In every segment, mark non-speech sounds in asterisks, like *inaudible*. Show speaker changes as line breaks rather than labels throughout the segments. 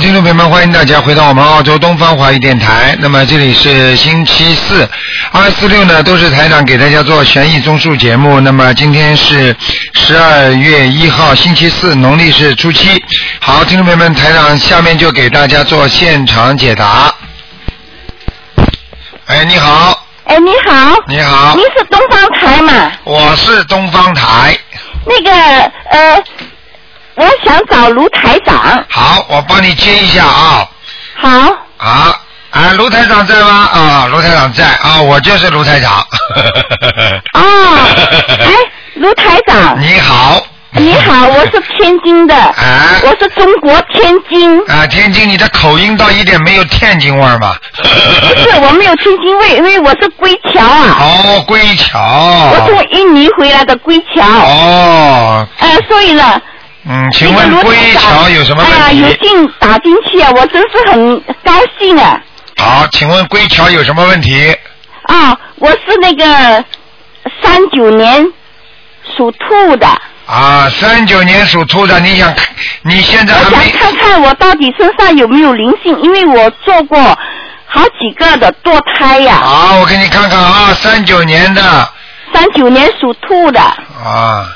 听众朋友们，欢迎大家回到我们澳洲东方华语电台。那么这里是星期四、二四六呢，都是台长给大家做悬疑综述节目。那么今天是十二月一号，星期四，农历是初七。好，听众朋友们，台长下面就给大家做现场解答。哎，你好，
哎，你好，
你好
您，是东方台嘛？
我是东方台。
那个呃，我想找卢台长。
好，我帮你接一下啊。
好，
好，啊，卢台长在吗？啊，卢台长在啊，我就是卢台长。 *laughs*
哦，哎，卢台长，
你好。
你好，我是天津
*laughs*
的，
啊
我是中国天津，
啊，天津，你的口音到一点没有天津味儿嘛？
不是我没有天津卫，因为我是归侨
*laughs*
啊，
哦，归桥。
我从印尼回来的归侨，
哦，
呃，所以呢，
嗯，请
那
问
个卢
归
台长
桥有什么
哎呀，
问
有
题？
幸打进去啊，我真是很高兴啊。
好，请问归桥有什么问题？
啊，我是那个三九年属兔的，
啊，三九年属兔的，你想，你现在
我
还
想
没
看看我到底身上有没有灵性，因为我做过好几个的堕胎呀、
好，我给你看看啊，三九年的
三九年属兔的，
啊，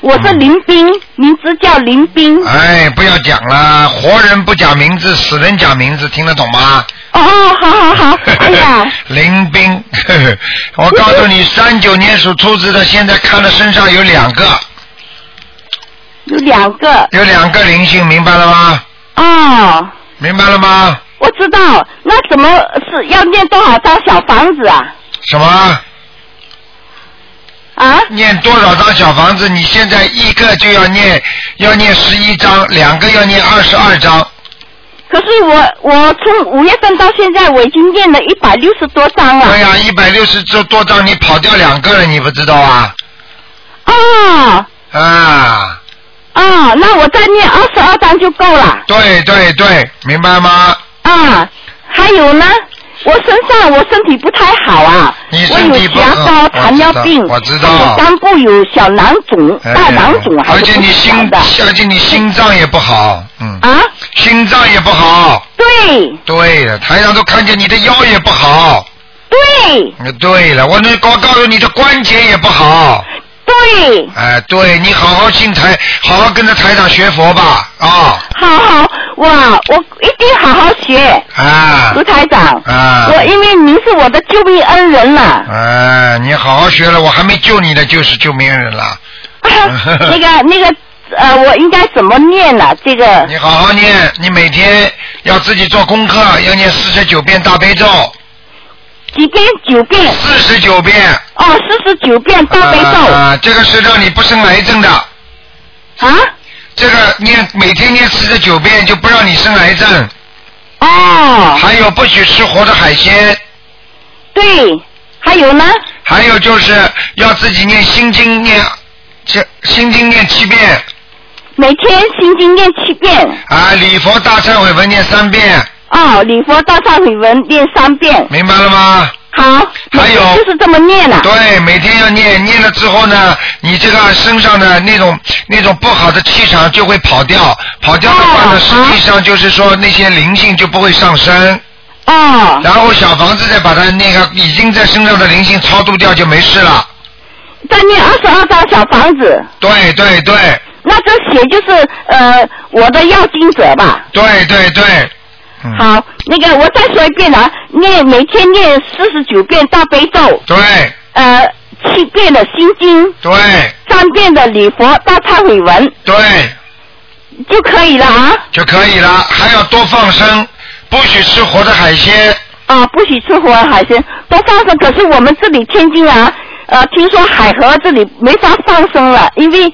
我是林斌，名字叫林斌。哦
哎，不要讲了，活人不讲名字，死人讲名字，听得懂吗？
哦，好好好，
*laughs*
哎呀，
林冰，呵呵我告诉你，三九年属兔子的，现在看了身上有两个，
有两个
有两个灵性，明白了吗？
哦，
明白了吗？
我知道，那怎么是要念多少张小房子啊？
什么？
啊？
念多少张小房子？你现在一个就要念，要念十一张，两个要念二十二张。
可是我我从五月份到现在，我已经念了一百六十多张了。
对哎啊呀、一百六十多张，你跑掉两个了，你不知道啊？
哦
啊，
哦，那我再念二十二章就够了。
对对对，明白吗？
啊，还有呢，我身上我身体不太好啊，
你
我
身体
有
不
牙膏、
嗯
糖尿病，
我知道我知道
还有肝部有小囊肿、
哎
大囊肿，还
而
是
且
不
你心
小，的。
而且你心脏也不好，嗯，
啊，
心脏也不好。
对
对了，台上都看见你的腰也不好。
对
嗯对了，我能告告诉你的关节也不好。
对，
哎，对你好好信台，好好跟着台长学佛吧，啊
好好哇，我一定好好学，
啊
卢台长，
啊！
我因为您是我的救命恩人了。
*laughs*
啊
哎，你好好学了，我还没救你呢，就是救命人了。
那个那个呃，我应该怎么念呢、这个
你好好念，你每天要自己做功课，要念四十九遍大悲咒，
几遍九遍
四十九遍。
哦，四十九遍大悲咒
啊，这个是让你不生癌症的，
啊？
这个念每天念四十九遍就不让你生癌症，啊
哦，
还有不许吃活的海鲜，
对，还有呢？
还有就是要自己念心经念，这心经念七遍
每天心经念七遍，
啊，礼佛大忏悔文念三遍，
哦，礼佛大忏悔文念三遍，
明白了吗？
好，
还有
每天就是这么念啊了、
对，每天要念，念了之后呢，你这个身上的那种那种不好的气场就会跑掉，跑掉的话呢，
哦
实际上就是说那些灵性就不会上升。
哦，
然后小房子再把它那个已经在身上的灵性超度掉就没事了。
再念二十二张小房子，
对对对
那这写就是呃我的要经者吧？
对对对，嗯，
好，那个我再说一遍啊，念每天念四十九遍大悲咒，
对
呃七遍的心经，
对
三遍的礼佛大忏悔文
对
就可以了啊！
就可以了。还要多放生，不许吃活的海鲜。
啊，不许吃活海鲜，都放生。可是我们这里天津啊，呃，听说海河这里没法放生了，因为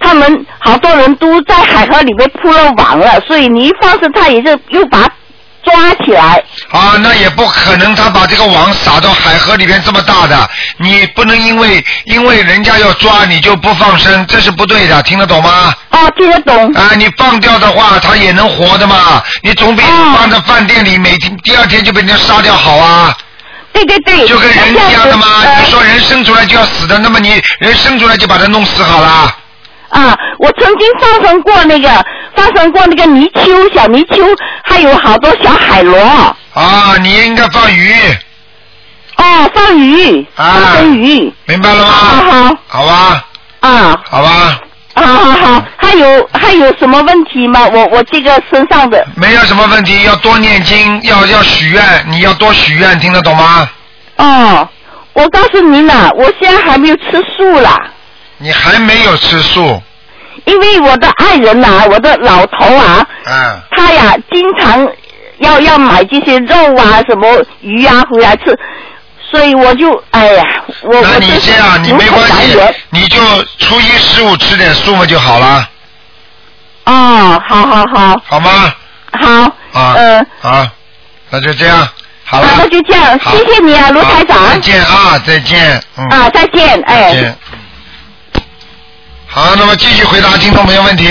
他们好多人都在海河里面铺了网了，所以你一放生，他也就又把它抓起来。
啊，那也不可能，他把这个网撒到海河里边这么大的，你不能因为因为人家要抓你就不放生，这是不对的，听得懂吗？
哦，听得懂。
啊，你放掉的话，它也能活的嘛，你总比
哦
放在饭店里每天第二天就被人家杀掉好啊。
对对对。
就跟人一样的嘛
那这。样
你
子呃
说人生出来就要死的，那么你人生出来就把它弄死好了。
呃啊，我曾经放生过那个发生过那个泥鳅，小泥鳅，还有好多小海螺。
啊，你应该放鱼，
哦，放鱼，
啊
放生鱼，啊
明白了吗？
好好
好吧，
啊，
好吧，
好好好，还有还有什么问题吗？我我这个身上的
没有什么问题，要多念经，要要许愿，你要多许愿，听得懂吗？
哦，我告诉您呐，我现在还没有吃素啦，
你还没有吃素，
因为我的爱人呐、我的老头啊，
嗯，
他呀经常要要买这些肉啊、什么鱼啊回来吃，所以我就哎呀，我
那
我
你
真
这
是
样你
无
没
可
关
改
系
言，
你就初一十五吃点素嘛就好了，
哦，好好好
好吗？
好，
啊，
呃，
啊，那就这样，好了，
那就这样，
好
谢谢你啊，卢
好
台长，
再见啊，再见，嗯，
啊，再见，哎。
再见。好，那么继续回答听众朋友问题。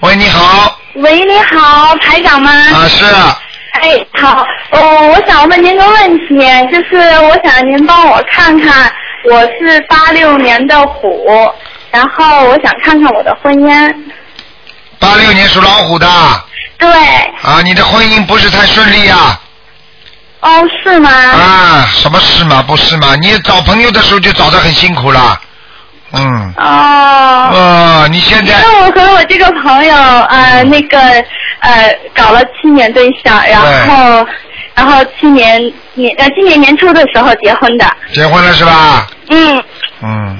喂，你好，
喂，你好，台长吗？
啊是啊，
哎，好，哦，我想问您个问题，就是我想您帮我看看，我是八六年的虎，然后我想看看我的婚姻。
八六年属老虎的啊，
对，
你的婚姻不是太顺利啊，
哦，是吗？
啊，什么事嘛，不是嘛，你找朋友的时候就找得很辛苦了，嗯，
哦，
啊，你现
因
在，
为我和我这个朋友，呃，那个，呃，搞了七年对象，然后，然后去年年，呃，今年年初的时候结婚的，
结婚了是吧？
嗯，
嗯，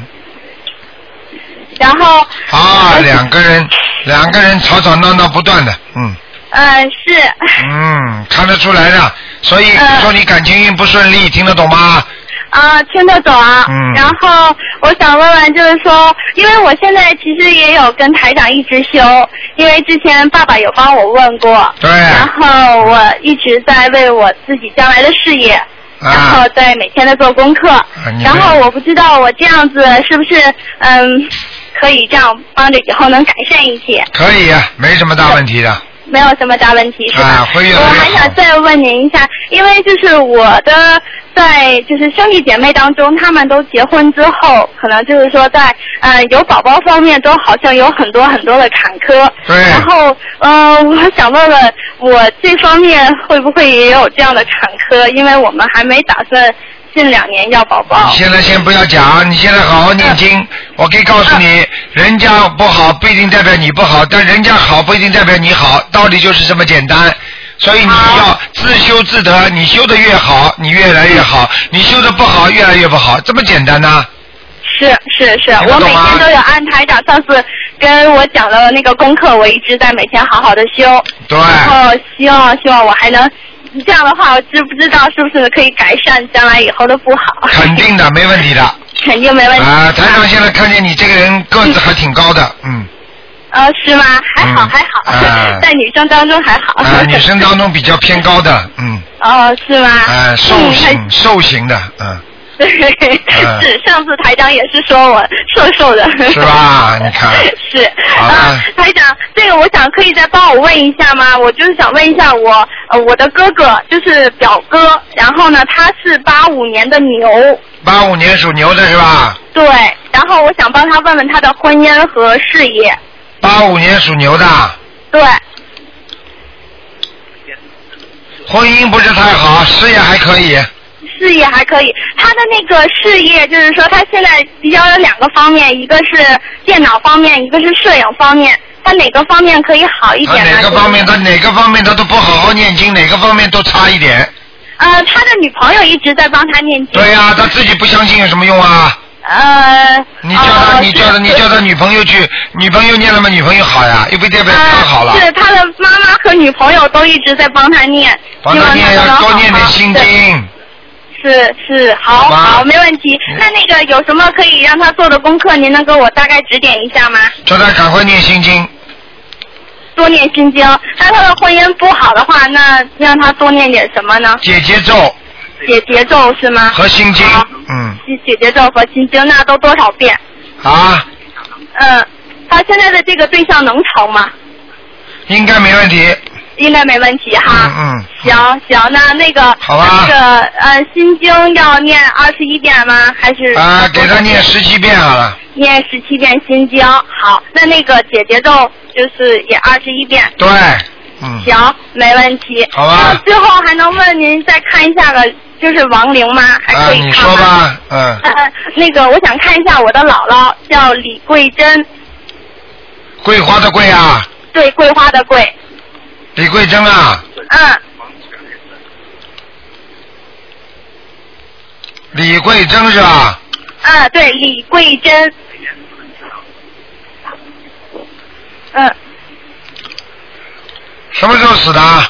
然后，
啊，
而且
两个人，两个人吵吵闹闹不断的，嗯。
呃，是，
嗯，看得出来的，所以说你感情运不顺利，听得懂吗？
啊，听得懂啊。
嗯
然后我想问问，就是说，因为我现在其实也有跟台长一直修，因为之前爸爸有帮我问过，
对，
然后我一直在为我自己将来的事业，然
啊
后，在每天在做功课。
你
然
这
后我不知道我这样子是不是嗯，可以这样帮着以后能改善一些，
可以，啊没什么大问题的。
没有什么大问题是吧？
啊会越来
我
越
还
好
想再问您一下，因为就是我的在就是兄弟姐妹当中，她们都结婚之后，可能就是说在呃有宝宝方面都好像有很多很多的坎坷。
对
然后呃，我想问问我这方面会不会也有这样的坎坷？因为我们还没打算近两年要宝宝
你。现在先不要讲，你现在好好念经。我可以告诉你，人家不好不一定代表你不好，但人家好不一定代表你好，道理就是这么简单。所以你要自修自得，你修的越好，你越来越好；你修的不好，越来越不好，这么简单啊呐、
是是是，
你
我
懂
每
吗
天都有按台长上次跟我讲的那个功课，我一直在每天好好的修。
对，
然后希望希望我还能这样的话，我知不知道是不是可以改善将来以后的不好？
肯定的，没问题的。
*laughs* 肯定没问题。
啊，台长现在看见你这个人个子还挺高的，嗯，
呃，是吗？还好、
嗯
还好、
啊
*laughs* 在女生当中还好。
啊，女生当中比较偏高的，嗯，
*laughs* 哦，是吗？
啊，瘦
嗯还
型
*laughs*
瘦型的，嗯，
对，
啊
是上次台长也是说我瘦瘦的，
是
*laughs*
吧你看
是
好了
啊，台长，这个我想可以再帮我问一下吗？我就是想问一下我呃我的哥哥，就是表哥，然后呢他是八五年的牛，
八五年属牛的是吧？
对，然后我想帮他问问他的婚姻和事业，
八五年属牛的，
对，
婚姻不是太好，事业还可以，
事业还可以。他的那个事业就是说，他现在比较有两个方面，一个是电脑方面，一个是摄影方面。他哪个方面可以好一
他
点呢？
啊哪个方面
就
他
是
哪个方面他都不好好念经，哪个方面都差一点。
呃，他的女朋友一直在帮他念经。
对呀、他自己不相信有什么用啊？
呃，
你叫他，
呃
你叫他，你叫他女朋友去，女朋友念了吗？女朋友好呀，又不代表他好了
呃。是他的妈妈和女朋友都一直在帮他念，
帮
希
他
望
念
能
要
好
多念点
好
心
对
经。
是是，好
好吧嗯
好，没问题。那那个有什么可以让他做的功课，您能给我大概指点一下吗？
叫他赶快念心经，
多念心经。那他的婚姻不好的话，那让他多念点什么呢？
解结咒
解节奏是吗？
和心经
好，
嗯，
解解节奏和心经，那都多少遍？
啊，
嗯，他现在的这个对象能成吗？
应该没问题，
应该没问题哈。
嗯嗯
行行，那那个
好啊吧
那个呃，心经要念二十一遍吗？还是
啊啊，给他念十七遍好了，
念十七遍心经？好，那那个解节奏就是也二十一遍。
对，嗯，
行，没问题。
好吧
然后最后还能问您再看一下个，就是亡灵吗？还
啊，
可以
你
看
说
吗？
吧，嗯，
呃， *laughs* 那个我想看一下我的姥姥，叫李桂珍，
桂花的桂啊，
对，桂花的桂。
李桂珍啊，
嗯，
李桂珍是吧？
嗯，对，李桂珍。嗯，
什么时候死的？啊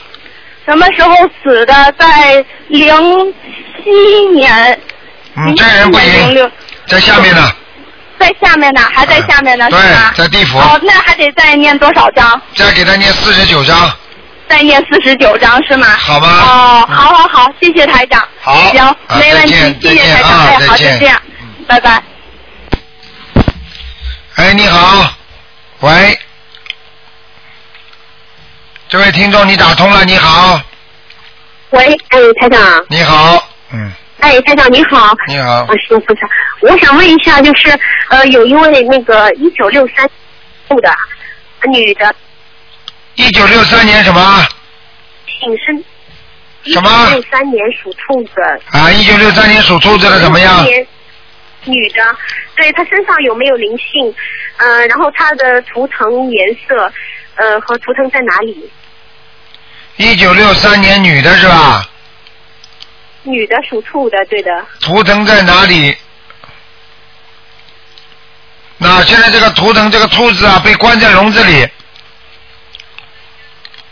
什么时候死的？在零七年。
嗯，这人不
零
行，
六，
在下面呢，
在下面呢，还在下面呢，是吗
哎对，？在地府，
哦，那还得再念多少章？
再给他念四十九章，
再念四十九章是吗？
好吗？
哦，
嗯
好好好，谢谢台长。
好
行
啊，
没问题
再见，
谢谢
再见
台长。
啊
哎，
再
好，
见嗯
就这样，拜拜。
哎，你好，喂，这位听众，你打通了，你好，
喂，哎，台长，
你好，嗯，
哎，台长你好，
你好
啊，，师傅长，我想问一下，就是呃，有一位那个一九六三后的女的，
一九六三年什么啊
姓申，
什么
六三年属兔子，
啊？一九六三年属兔子的怎么样
63？年嗯女的，对她身上有没有灵性？呃，然后她的图腾颜色，呃，和图腾在哪里？
一九六三年女的是吧？
女的属兔的，对的，
图腾在哪里？那现在这个图腾这个兔子啊，被关在笼子里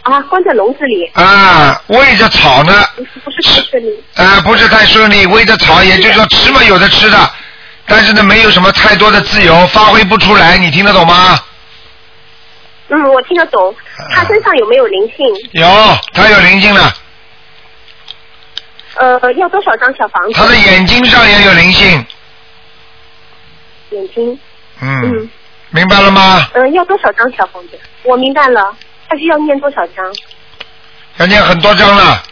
啊，关在笼子里，
啊，喂着草呢，
不是不是不是你，
啊，不是太顺利，喂着草，也就是说吃嘛有的吃的，但是呢没有什么太多的自由，发挥不出来，你听得懂吗？
嗯，我听得懂，
啊
她身上有没有灵性？
有，它有灵性了，
呃，要多少张小房子
它？的眼睛上也有灵性，
眼睛，
嗯
嗯，，
明白了吗？
嗯、要多少张小房子？我明白了，他需要念多少张？
要念很多章了，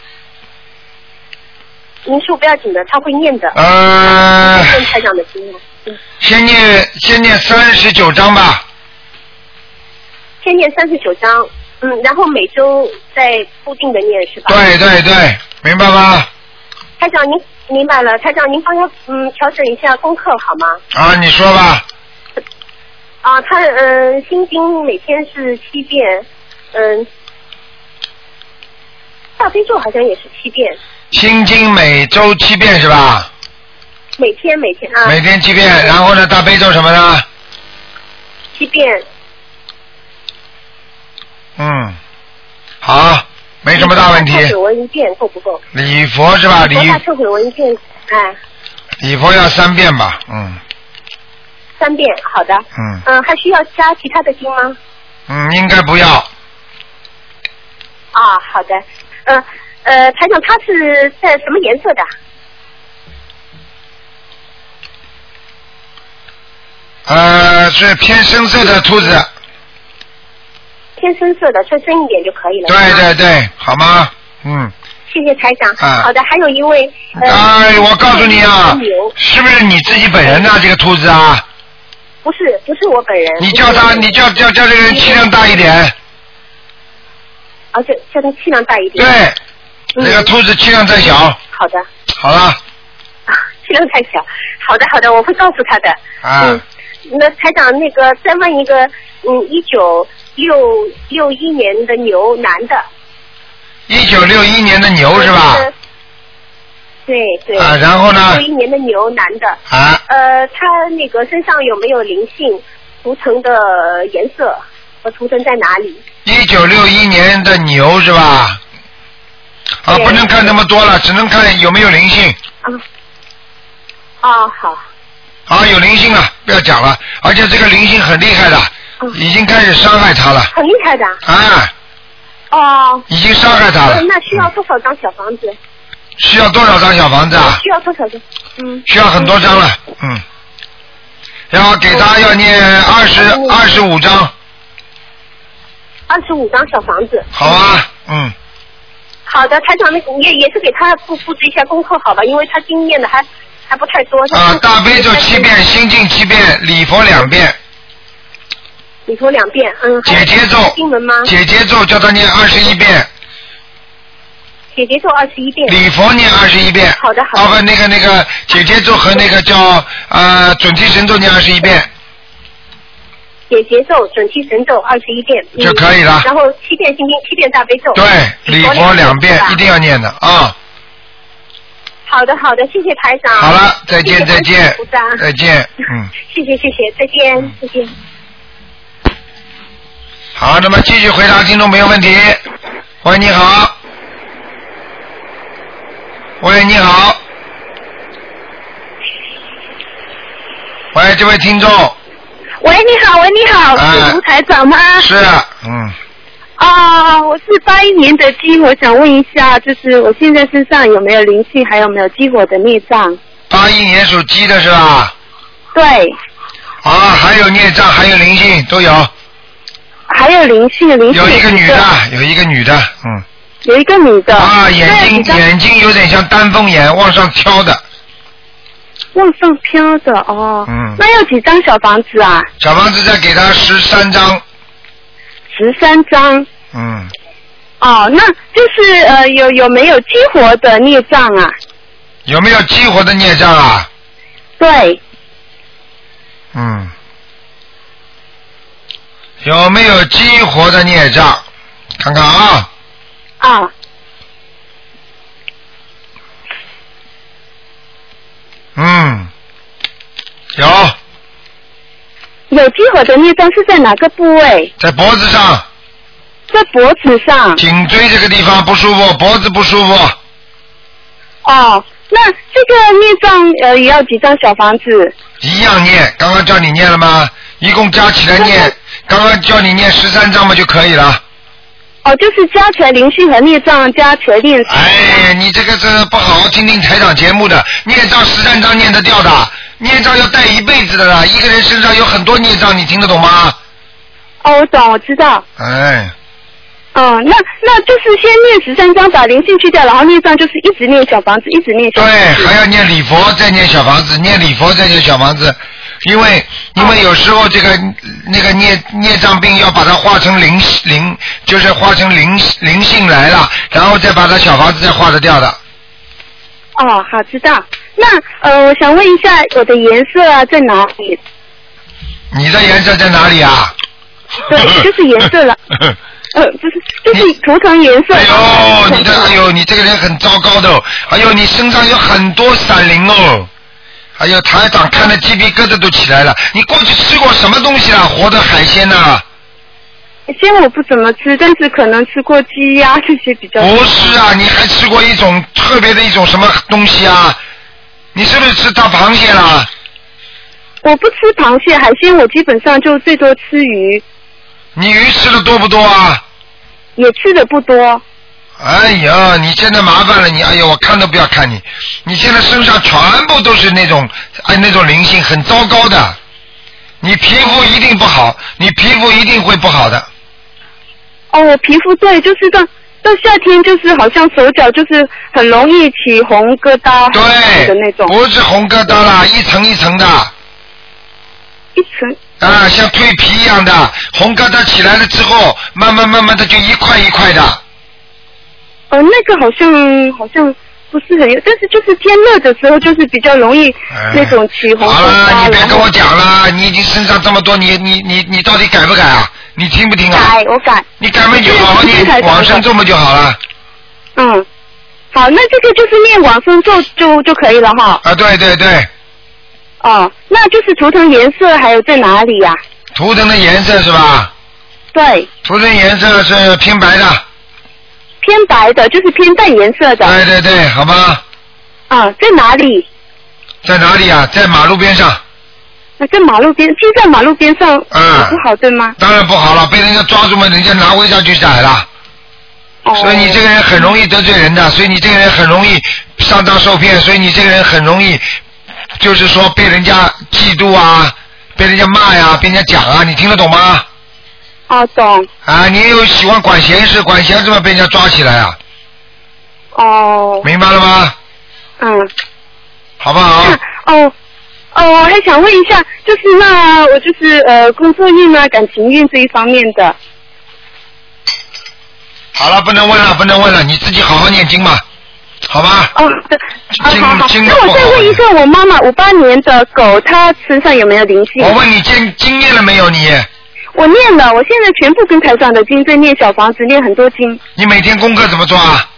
您说不要紧的，他会念
啊
的。
呃，
跟台长的经验，嗯，
先念先念三十九章吧，
先念三十九张，嗯，然后每周再固定的念是吧？。
对对对，明白吗？
台长，您明白了，台长您帮他嗯调整一下功课好吗？
啊，你说吧，
啊，他嗯、呃心经每天是七遍，嗯、大悲咒好像也是七遍，
心经每周七遍是吧？
每天每天啊
每天七遍，然后呢，大悲咒什么呢？
七遍，
嗯，好，没什么大问题。
忏悔文一遍够不够？
礼佛是吧？礼
佛大忏悔文一遍，哎，
礼佛要三遍吧？嗯
三遍，好的。
嗯
嗯，还需要加其他的经吗？
嗯，应该不要。
啊，好的。嗯呃，台长，它是在什么颜色的？
呃，是偏深色的兔子。
偏深色的，穿深一点就可以了。
对
是
对
吧
对，好吗？嗯。
谢谢台长。
啊
好的，还有一位。呃、
哎，我告诉你啊
是牛，
是不是你自己本人呐、这个兔子啊，
不是不是我本人。
你叫他，
不是我本人
你叫叫叫这个人气量大一点。
啊，叫叫他气量大一点。
对，
嗯
那个兔子气量太小。
好的，
好了，
啊，气量太小。好的好的，我会告诉他的。
啊，
嗯，那台长，那个再问一个，嗯，一九六六一年的牛，男的。
一九六一年的牛是吧？
对对。
啊，然后呢
六？一年的牛，男的。
啊，
呃，他那个身上有没有灵性？图腾的颜色和图腾在哪里？
一九六一年的牛是吧？啊，
对
不能看那么多了，只能看有没有灵性。
啊。哦，好。
啊，有灵性了，不要讲了，而且这个灵性很厉害的，
嗯，
已经开始伤害他了。
很厉害的。
啊，
哦。
已经伤害他了嗯
呃。那需要多少张小房子？
需要多少张小房子啊？
需要多少张？嗯。
需要很多张了，嗯。然后给他要念二十
嗯
二十五张，
二十五张小房子。
好吧？嗯，
好的，台长，那个也也是给他布布置一下功课，好吧？因为他经验的还还
呃
不太多。
啊，大悲咒七。遍，心经七遍，礼佛两遍，
里头两遍，嗯。还
姐
有
姐咒
经文吗？，
姐姐咒叫他念二十一遍，
姐姐咒二十一遍。
礼佛念二十一遍。
好的好的
哦不，那个那个姐姐咒和那个叫呃准提神咒念二十一遍。
解结咒、准提神咒二十一遍
就可以了
嗯然后七遍心经、七遍大悲咒。
对，礼佛两遍
是吧
一定要念的啊。
好的，好的，谢谢台长。
好了，再
啊谢
见
谢
再见
菩萨，
再见，嗯。
谢谢谢谢，再见再见。
好，那么继续回答听众朋友问题。喂，你好。喂，你好。喂，这位听众，
喂，你好，喂，你好，
哎
是卢台长吗？
是，嗯，
啊、我是八一年的鸡，我想问一下，就是我现在身上有没有灵性，还有没有激活的孽障？
八一年属鸡的是吧？
对，
啊，还有孽障，还有灵性，都有。
还有灵性，灵性
有一个女的
有一，
有一个女的，嗯。
个，有一个女的，
啊，
对
眼睛
你刚
眼睛有点像丹凤眼，往上挑的。
往上飘的哦。
嗯
那要几张小房子啊？
小房子再给她十三张，
十三张。
嗯，
哦，那就是呃，有有没有激活的孽障啊？
有没有激活的孽障啊？
对，
嗯，有没有激活的孽障？看看啊，
啊、
嗯，有，
有激活的孽障是在哪个部位？
在脖子上、
在脖子上。
颈椎这个地方不舒服，脖子不舒服，
哦，那这个孽障呃也要几张小房子？
一样念。刚刚叫你念了吗？一共加起来
那
念
个，
刚刚叫你念十三章嘛就可以了。
哦，就是加起来灵性和孽障加起来念。
哎，你这个是不好好听听台长节目的，孽障十三章念得掉的，孽障要带一辈子的啦。一个人身上有很多孽障，你听得懂吗？
哦，我懂，我知道。
哎，
嗯，那那就是先念十三章，把灵性去掉，然后孽障就是一直念小房子，一直念小
对
房子。，
还要念礼佛，再念小房子，念礼佛再念小房子，因为因为有时候这个那个孽孽障病要把它化成灵灵，就是化成灵灵性来了，然后再把它小房子再化得掉的。
哦，好，知道。那呃，我想问一下，我的颜色啊在哪里？
你的颜色在哪里啊？
对就是颜
*laughs*
色了呃，不是，就是图腾颜色。
哎呦，你的哎呦，你这个人很糟糕的哦，哎呦，你身上有很多闪灵哦。哎呦，台长看的鸡皮疙瘩都起来了。你过去吃过什么东西啊？活的海鲜呐、
鲜我不怎么吃，但是可能吃过鸡鸭、这些比较。
不是啊，你还吃过一种特别的一种什么东西啊？你是不是吃大螃蟹啦？
我不吃螃蟹、海鲜，我基本上就最多吃鱼，
你鱼吃的多不多啊？
也吃的不多。
哎呀，你现在麻烦了你！哎呀，我看都不要看你，你现在身上全部都是那种哎那种灵性，很糟糕的。你皮肤一定不好，你皮肤一定会不好的。
哦，我皮肤对，就是到到夏天，就是好像手脚就是很容易起红疙瘩
对
的那种，
不是红疙瘩啦，一层一层的，
一层。
啊，像蜕皮一样的。红疙瘩起来了之后，慢慢慢慢的就一块一块的。
呃，那个好像好像不是很有，但是就是天热的时候，就是比较容易
哎
那种起红
好
疙
了，
瘩。
你别
然
跟
后
我讲了，你已经身上这么多，你你你你到底改不改啊？你听不听啊？
改，我改。
你改嘛，你就好好
我现在才
念
改
往生咒嘛就好了。
嗯，好，那这个就是念往生咒就就可以了哈。
啊，对对对，
哦，那就是图腾颜色还有在哪里呀、
图腾的颜色是吧？
对，
图腾颜色是偏白的。
偏白的，就是偏淡颜色的。
对对对，好吧，
啊，在哪里？
在哪里啊？在马路边上，
那在马路边，贴在马路边上，
嗯
不好对吗？
当然不好了，被人家抓住嘛，人家拿徽章就宰了。
哦，
所以你这个人很容易得罪人的，所以你这个人很容易上当受骗，所以你这个人很容易，就是说被人家嫉妒啊，被人家骂呀、被人家讲啊，你听得懂吗？
哦，懂，
啊，你又喜欢管闲事，管闲事嘛被人家抓起来啊，
哦，
明白了吗？
嗯，
好不好？
啊那哦。哦，我还想问一下，就是那我就是呃工作运啊、感情运这一方面的。
好了，不能问了，不能问了，你自己好好念经吧，好吧？
哦，对，啊
经
好好。
经
那我再问一个，我妈妈五八年的狗，它身上有没有灵性？
我问你经经念了没有你？
我念了，我现在全部跟台长的经在念小房子，念很多经，
你每天功课怎么做啊？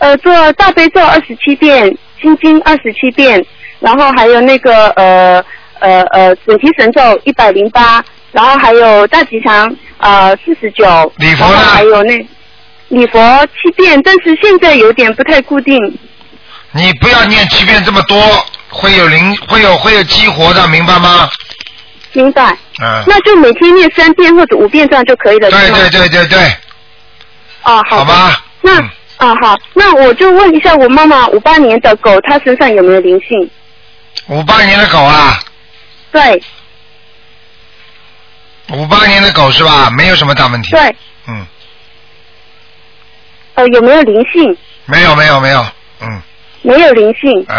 呃，做大悲咒二十七遍，心经二十七遍，然后还有那个呃呃呃准提神咒一百零八，然后还有大吉祥呃四十九，
礼
然
佛
后
呢
还有那礼佛七遍，但是现在有点不太固定。
你不要念七遍这么多，会有灵，会有会有激活的，明白吗？
明白，
嗯，
那就每天念三遍或者五遍这样就可以了，
对
是吗
对对对对，
哦，好
好
的。
吧？
那
嗯
啊好，那我就问一下我妈妈五八年的狗，它身上有没有灵性？
五八年的狗啊，
对
五八年的狗是吧？没有什么大问题。
对，
嗯，
呃有没有灵性？
没有没有没有，嗯
没有灵性
嗯，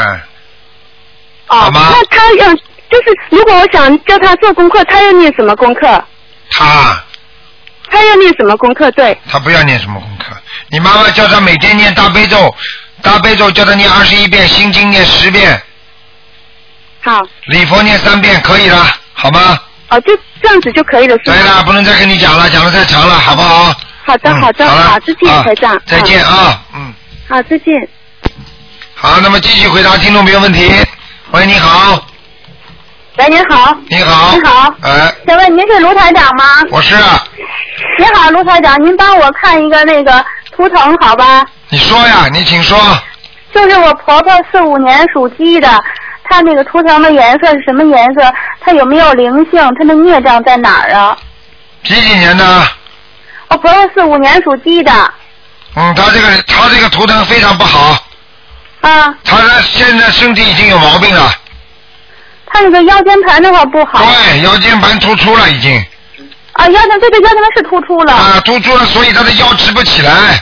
哦
好。吗
那它要就是如果我想叫它做功课，它要念什么功课？
他
它要念什么功课？对，
他不要念什么功课，你妈妈叫他每天念大悲咒，大悲咒叫他念二十一遍，心经念十遍，
好，
礼佛念三遍，可以了，好吗？
哦就这样子就可以了，是
对
吗？
了，不能再跟你讲了，讲的太长了，好不好？
好的
嗯
好的，
好了
好，再见
啊
台长，
再见啊，嗯，
好，好再见。
好，那么继续回答听众朋友问题。喂，你好，
喂，您好，
你好，
你好
哎，
请问您是卢台长吗？
我是，啊
您好，卢台长，您帮我看一个那个图腾好吧？
你说呀，你请说，
就是我婆婆四五年属鸡的，她那个图腾的颜色是什么颜色？她有没有灵性？她的孽障在哪儿啊？
几几年的？
我婆婆四五年属鸡的，
嗯，他这个他这个图腾非常不好，
啊，
他的现在身体已经有毛病了，
她那个腰间盘那块儿不好，
对，腰间盘突出了已经，
啊，腰间对对腰间盘是突出了，
啊，突出了，所以他的腰直不起来，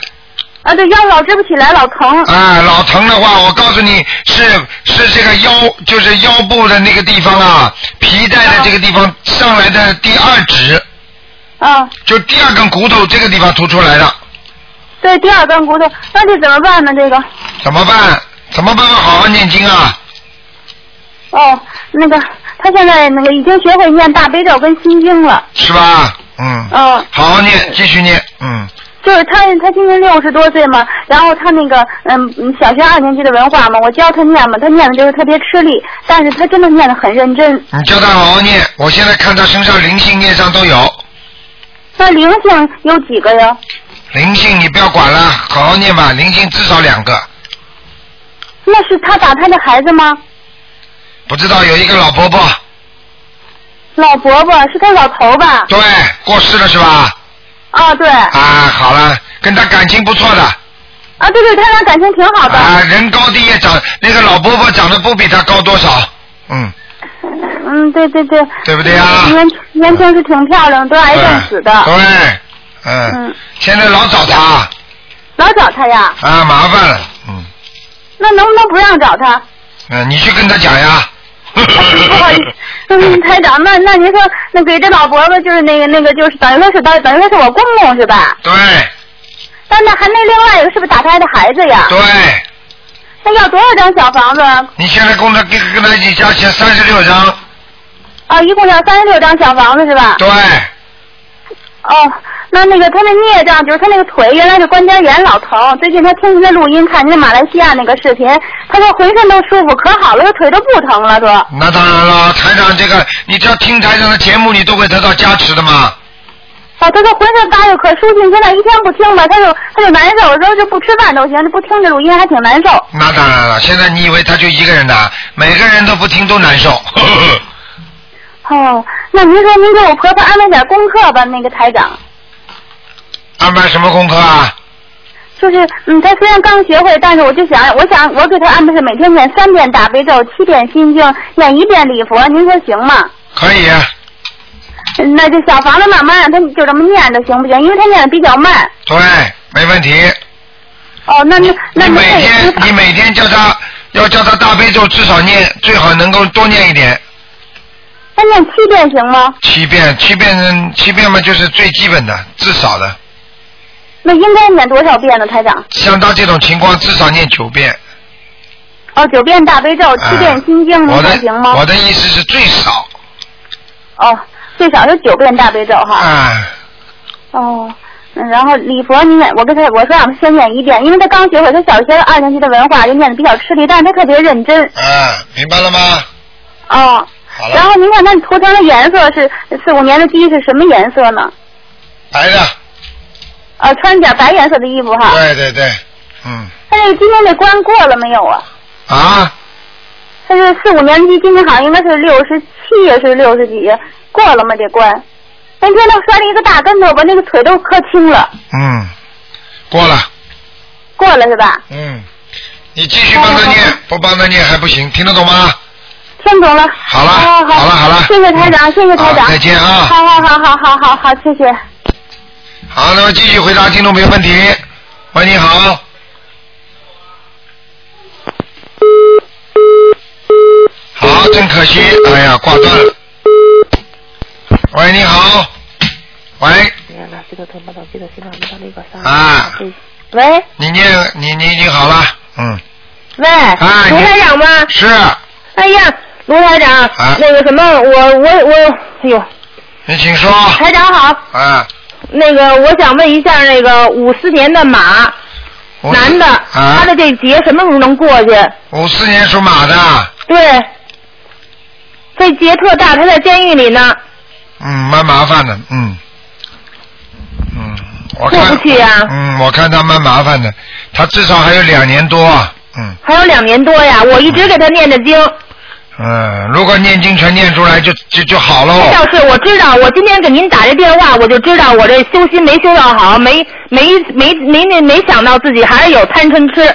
啊，对腰老支不起来，老疼，
啊，老疼的话，我告诉你是是这个腰，就是腰部的那个地方啊，皮带的这个地方上来的第二指，
啊，
就第二根骨头这个地方凸出来的，
对，第二根骨头，那这怎么办呢？这个，
怎么办？怎么办法好好念经啊？
哦，那个，她现在那个已经学会念大悲咒跟心经了，
是吧？嗯，
嗯、
好好念，继续念，嗯，
就是他，他今年六十多岁嘛，然后他那个，嗯，嗯小学二年级的文化嘛，我教他念嘛，他念的就是特别吃力，但是他真的念得很认真。
你叫他好好念，我现在看他身上灵性业障都有，
那灵性有几个呀？
灵性你不要管了，好好念吧，灵性至少两个，
那是他打他的孩子吗？
不知道有一个老婆婆，
老伯伯是他老头吧？
对，过世了是吧？
啊，对，啊，
啊，好了，跟他感情不错的。
对对，他俩感情挺好的。
啊，人高低也长，那个老伯伯长得不比他高多少，嗯，
嗯，对对对。
对不对啊
年年轻时挺漂亮，得癌症死的。
对，对嗯，
嗯，
现在老找他
老找他呀，
啊，麻烦了，嗯，
那能不能不让找他？
嗯，你去跟他讲呀，
哎
哎
不好意
*laughs*
思，嗯，台长，那那您说，那给这老伯伯就是那个那个，就是等于说是等等于说是我公公是吧？
对
但那还那另外一个是不是打胎的孩子呀？
对，
那要多少张小房子啊？
你现在跟他跟跟他一起加起来三十六张，
啊，一共要三十六张小房子是吧？
对，
哦，那那个他那孽障就是他那个腿原来是关节炎老疼，最近他听您的录音，看您马来西亚那个视频，他说浑身都舒服，可好了，他腿都不疼了都。
那当然了，台长这个，你只要听台长的节目，你都会得到加持的嘛，
啊，他说浑身发热，可舒心，现在一天不听吧，他就他就难受，有时候就不吃饭都行，就不听这录音还挺难受。
那当然了，现在你以为他就一个人呐？每个人都不听都难受， *laughs* 呵呵
哦，那您说您给我婆婆安排点功课吧，那个台长。
安排什么功课啊？
就是，嗯，她虽然刚学会，但是我就想，我想我给她安排是每天念三遍大悲咒，七遍心经，念一遍礼佛，您说行吗？
可以、啊
嗯那就小房子慢慢让她就这么念着，行不行？因为她念的比较慢。
对，没问题。
哦，那那那
你
您
每
这也
天
是
你每天叫他要叫他大悲咒至少念，最好能够多念一点，
他念七遍行吗？
七遍，七遍，七遍嘛，就是最基本的，至少的。
那应该念多少遍呢，台长？
像他这种情况，至少念九遍。
哦，九遍大悲咒，七遍心经，
啊
您
我
看行
的
吗
我？的意思是最少
哦，最少是九遍大悲咒哈。
啊，
哦，嗯然后礼佛你念，我跟他我说让他先念一遍，因为他刚学会，他小学二年级的文化就念的比较吃力，但是他特别认真。
啊，明白了吗？
哦，
好了，
然后您看他图腾的颜色是四五年的鸡是什么颜色呢？
白的，
呃，穿点白颜色的衣服哈。
对对对，嗯，
他这个今天这关过了没有啊？
啊，
他是四五年级，今年好像应该是六十七，也是六十几，过了吗？这关？那天他摔了一个大跟头，把那个腿都磕青了，
嗯，过了，
过了是吧？
嗯，你继续帮他念，不帮他念还不行，听得懂吗？
听懂了。
好了，
哦
好
好
了，好了，
谢谢台长，谢谢台
好
长。
再见啊
好好好好好好好，谢谢。
好，那么继续回答听众朋友问题。喂，你好。好，真可惜，哎呀，挂断了。喂，你好。喂，
原来这个头发到这个身上，没到那个上。
啊
对
喂
你念，你你你好了，嗯，
喂，
啊
卢
你
台长吗？
是，
哎呀，卢台长，
啊
那个什么，我我我，哎呦，
你请说。
台长好，
啊，
那个我想问一下，那个五四年的马
我
男的，
啊
他，的这劫什么时候能过去？
五四年属马的，
对，这劫特大，他在监狱里呢，
嗯，蛮麻烦的，嗯，嗯，我
过
看
不去呀、
嗯，我看他蛮麻烦的，他至少还有两年多啊，嗯
还有两年多呀，我一直给他念着经。
嗯，如果念经全念出来就就就好喽。
倒是我知道，我今天给您打这电话，我就知道我这修心没修到好，没没没没没没想到自己还是有贪嗔痴，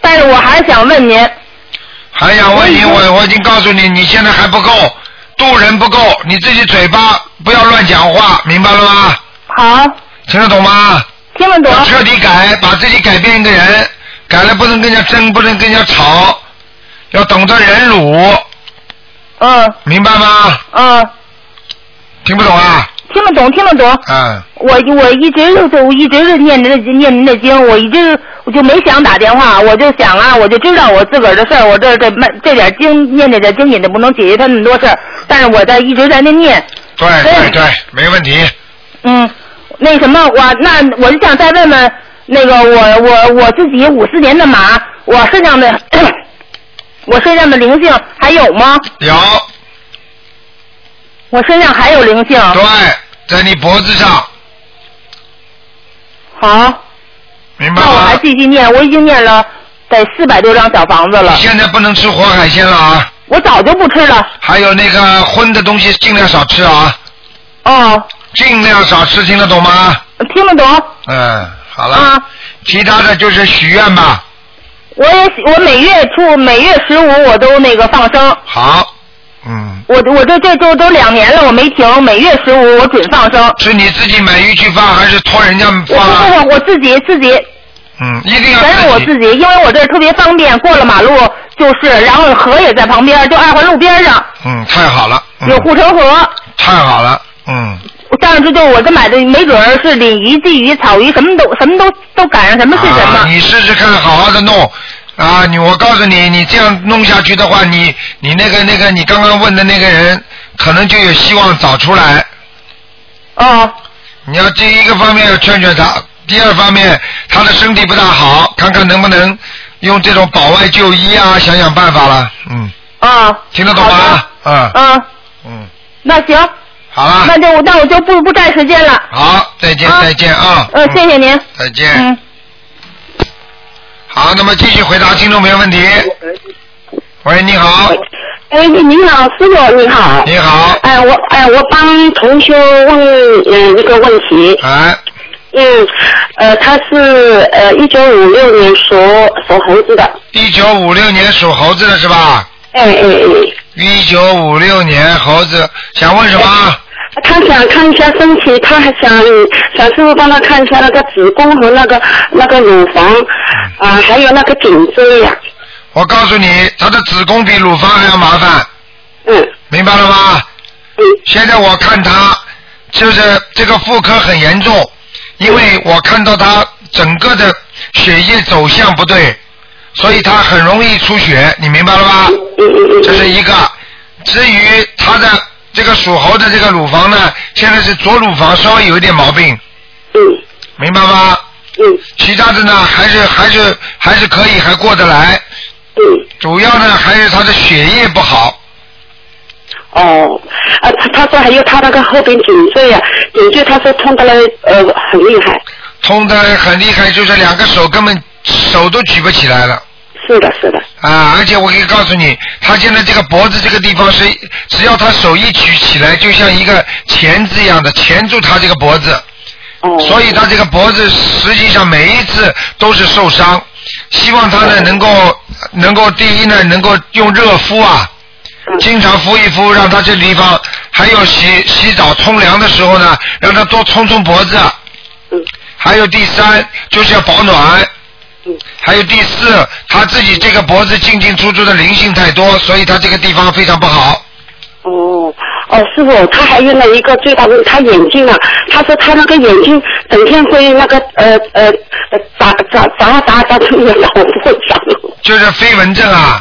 但是我还是想问您，
还想问你，我我已经告诉你，你现在还不够，渡人不够，你自己嘴巴不要乱讲话，明白了吗？
好
听得懂吗？
听得懂？
要彻底改，把自己改变一个人，改了不能跟人家争，不能跟人家吵，要懂得忍辱，
嗯
明白吗？
嗯，
听不懂啊？
听得懂听得懂。
嗯，
我我一直就是我一直是念您的念您的经，我一直我就没想打电话，我就想啊，我就知道我自个儿的事儿，我这这这点经念这点经也就不能解决他那么多事儿，但是我在一直在那念。
对对对，没问题。
嗯，那什么，我那我就想再问问那个我我我自己五四年的马，我身上的 *clears throat* 我身上的灵性还有吗？
有，
我身上还有灵性。
对，在你脖子上，
好，
明白
那我
吗
还？继续念，我已经念了得四百多张小房子了，
现在不能吃活海鲜了啊，
我早就不吃了。
还有那个荤的东西尽量少吃啊，
哦，
尽量少吃，听得懂吗？
听得懂
嗯，好了。
啊？
其他的就是许愿吧。
我也喜我每月初每月十五我都那个放生，
好，嗯，
我我这这都都两年了，我没停，每月十五我准放生。
是你自己买鱼去放还是托人家
我
放啊？
我我自己自己
嗯，一定要
全是我
自己。
自己，因为我这儿特别方便，过了马路就是，然后河也在旁边，就二环路边上
嗯，太好了。嗯
有护城河。
太好了。嗯，
但是这就我这买的，没准儿是鲤鱼、鲫鱼、草鱼，什么都什么都都赶上，什么是什
啊，
么。
你试试看，好好的弄。啊，你我告诉你，你这样弄下去的话，你你那个那个你刚刚问的那个人，可能就有希望找出来。
哦，
你要第一个方面要劝劝他，第二方面他的身体不大好，看看能不能用这种保外就医啊，想想办法了。嗯，
哦，
听得懂吗
好？
嗯
的？嗯，
嗯，
那行，
好了
那，就那我就不不占时间了。
好，再见
啊
再见啊。
呃，谢谢您。
再见。
嗯，
好，那么继续回答听众朋友问题。喂，你好，
哎，您好，师傅你好。
你好，
哎，我哎，我帮同修问
呃
嗯一个问题，
哎，
嗯，呃，他是呃一九五六年属属猴子的，
一九五六年属猴子的是吧？
哎哎哎，
一九五六年猴子想问什么？
他想看一下身体，他还想想师傅帮他看一下那个子宫和那个那个乳房啊、还有那个颈椎呀、
我告诉你，他的子宫比乳房还要麻烦。
嗯
明白了吗？
嗯
现在我看他就是这个妇科很严重，因为我看到他整个的血液走向不对，所以他很容易出血，你明白了吧？
嗯嗯嗯，
这是一个。至于他的这个属猴的这个乳房呢，现在是左乳房稍微有一点毛病，
嗯
明白吗？
嗯
其他的呢，还是还是还是可以，还过得来。
嗯，
主要呢还是他的血液不好，
哦，啊，他他说还有他那个后边颈椎啊，颈椎他说痛得来呃很厉害，
痛的很厉害，就是两个手根本手都举不起来了。
是的是的，
啊，而且我可以告诉你，他现在这个脖子这个地方是，只要他手一举起来，就像一个钳子一样的钳住他这个脖子，
哦，
所以他这个脖子实际上每一次都是受伤。希望他呢能够能够第一呢能够用热敷啊，
嗯
经常敷一敷，让他这地方还有洗洗澡冲凉的时候呢，让他多冲冲脖子。啊
嗯
还有第三就是要保暖
嗯，
还有第四他自己这个脖子进进出出的灵性太多，所以他这个地方非常不好。
哦哦，师傅，他还用了一个最大的，他眼睛啊，他说他那个眼睛整天会那个呃呃呃眨眨眨眨眨出眼睛，我不会眨，
就是飞蚊症啊，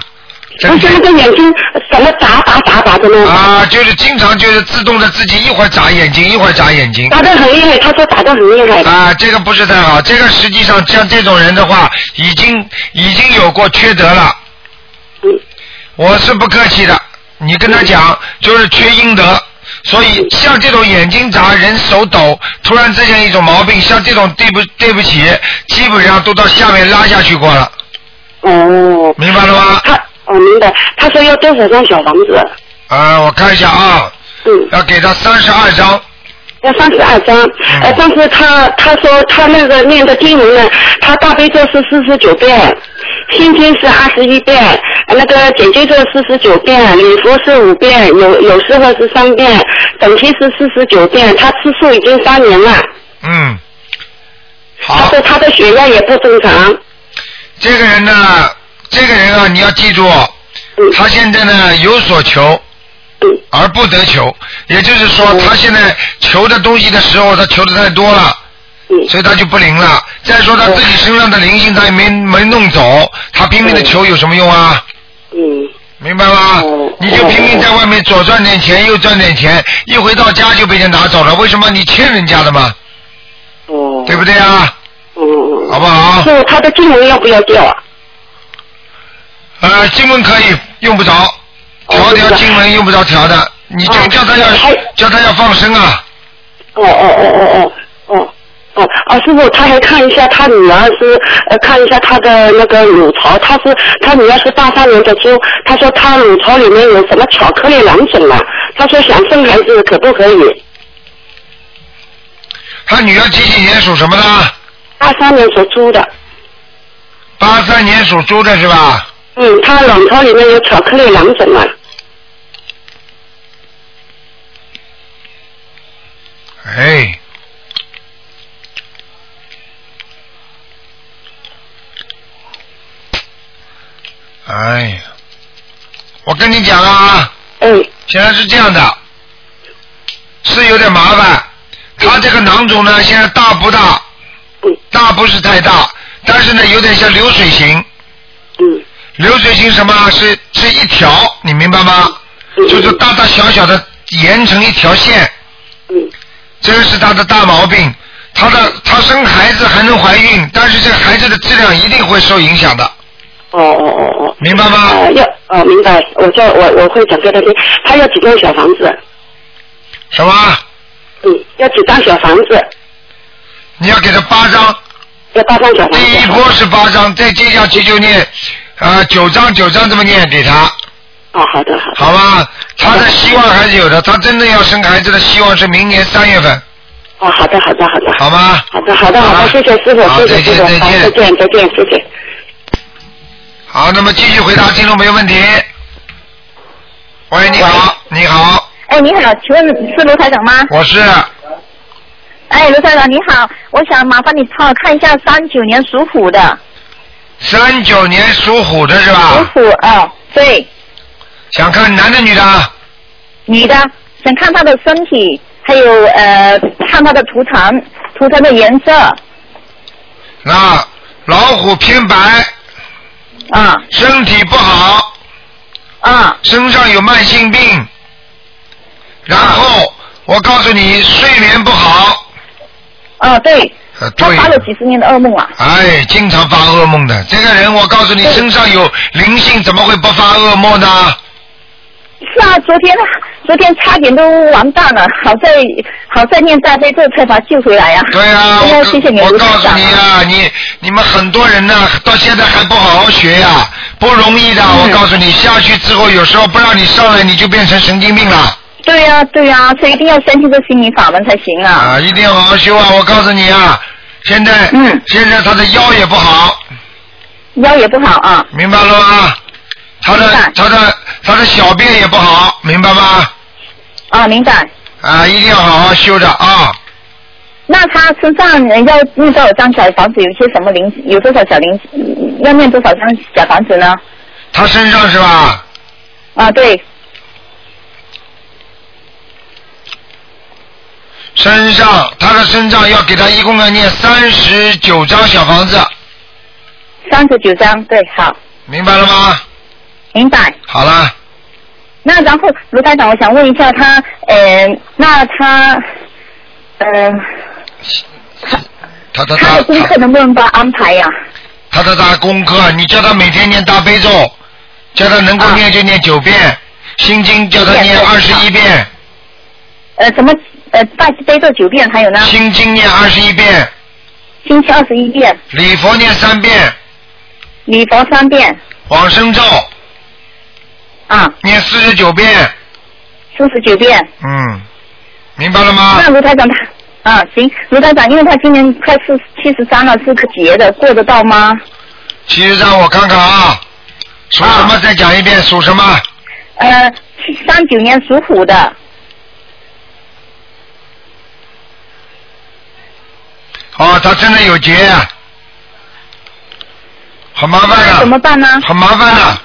不
真
是那个眼睛怎么眨眨眨眨的呢？
啊，就是经常就是自动的自己一会儿眨眼睛，一会儿眨眼睛。
打得很厉害，他说打得很厉害。
啊，这个不是太好。这个实际上像这种人的话，已经已经有过缺德了。
嗯
我是不客气的，你跟他讲就是缺阴德。所以像这种眼睛眨、人手抖，突然之间一种毛病，像这种对不对不起，基本上都到下面拉下去过了，
哦，
明白了吗？
他我、明白，他说要多少张小房子？
啊，我看一下啊，
嗯，
要给他三十二张。
要三十二张。
嗯
呃，但是他他说他那个念的经文呢，他大悲咒是四十九遍，心经是二十一遍，呃那个姐姐咒四十九遍，礼佛是五遍，有有时候是三遍，整体是四十九遍。他吃素已经三年了，
嗯，
他
好
说，他的血压也不正常。
这个人呢，这个人啊，你要记住，
嗯
他现在呢有所求
嗯
而不得求，也就是说，他现在求的东西的时候，他求的太多了，
嗯
所以他就不灵了。再说他自己身上的灵性，他也没没弄走，他拼命的求有什么用啊？
嗯
明白吗
嗯？
你就拼命在外面左赚点钱，右赚点钱，一回到家就被人拿走了，为什么？你欠人家的嘛，
哦，
对不对啊？
嗯嗯
好
嗯。
不好？
是他的经文要不要掉啊？
呃，经文可以用不着，调调经文哦用不着啊调的，你就
哦
叫他要
还
叫他要放生啊。
哦哦哦哦哦哦哦啊！师傅，他还看一下他女儿是呃，看一下他的那个乳巢，他是他女儿是八三年的猪，他说他乳巢里面有什么巧克力囊肿啊？他说想生孩子可不可以？
他女儿几几年属什么的？
八三年属猪的，
八三年属猪的是吧？
嗯，他卵巢里面有巧克力囊肿啊，
哎，哎呀，我跟你讲啊，
哎，
现在是这样的，是有点麻烦。他这个囊肿呢，现在大不大？
嗯
大不是太大，但是呢，有点像流水型。
嗯
流水型什么是是一条，你明白吗？
嗯
就是大大小小的连成一条线，
嗯
这个是他的大毛病。他的他生孩子还能怀孕，但是这个孩子的质量一定会受影响的，
哦哦哦哦，
明白吗？
呃要哦明白，我叫我我会讲给他听，他要几间小房子？
什么？
嗯，要几张小房子？
你要给他八张，
要八张小房子。
第一波是八张，再接下去就念，呃，九张九张这么念给他，
哦，好的，好的。
好吧？他的希望还是有的，他真的要生孩子的希望是明年三月份，
哦，好的，好的，好的。
好吗？
好的，好的，好
好
的，谢谢师
好
傅，谢
再
谢
见
师傅，
再
好，
见
再见，再见，谢谢。
好，那么继续回答听众朋友问题。喂，你好，你好，
哎，你好，请问是卢台长吗？
我是
哦
啊
哎，卢台长你好，我想麻烦你帮我看一下三九年属虎的
三九年属虎的是吧？
属虎啊，对，
想看男的女的？
女的，想看她的身体，还有呃，看她的图腾，图腾的颜色
啊，老虎偏白，
啊，
身体不好，
啊，
身上有慢性病，然后我告诉你，睡眠不好，
啊，对，
呃，
她
对
发，了几十年的噩梦啊，
哎，经常发噩梦的这个人，我告诉你，身上有灵性，怎么会不发噩梦呢？
是啊，昨天昨天差点都完蛋了，好在好在念大悲咒才把她救回来呀、
对啊，我告
真的哎谢谢你，
我
卢
告
台
诉
长
你啊，你你们很多人呢、到现在还不好好学呀、不容易的。
嗯
我告诉你，下去之后有时候不让你上来，你就变成神经病了。
对呀、对呀、所以一定要相信这心灵法门才行啊。
啊，一定要好好修啊！我告诉你啊，现在，
嗯，
现在他的腰也不好，
腰也不好啊，
明白了吗？他
明
的
白
他的他的小便也不好，明白吗？
啊，明白。
啊，一定要好好修着啊！
那他身上呃要念多少张小房子？有些什么灵？有多少小灵？嗯要念多少张小房子呢？
他身上是吧？
啊，对，
身上他的身上要给他一共要念三十九张小房子，
三十九张，对，好，
明白了吗？
明白。
好了。
那然后卢台长，我想问一下他，呃，那他，呃，
他他
他
他
的功课能不能帮他安排呀、
他他他功课，你叫他每天念大悲咒，叫他能够
啊
念就念九遍，心经叫他念二十一遍，
呃，什么呃，大悲咒九遍，还有呢，
心经念二十一遍，
星期二十一遍，
礼佛念三遍，
礼佛三遍，
往生咒
啊，
念四十九遍，
四十九遍。
嗯，明白了吗
那？卢台长他。啊，行，卢台长，因为他今年快四七十三了，是个节的，过得到吗？
其实让我看看啊，属什么再讲一遍，属什么？
呃，三九年属虎的，
哦，他真的有劫啊，很麻烦
那
了，
怎么办呢？
很麻烦了。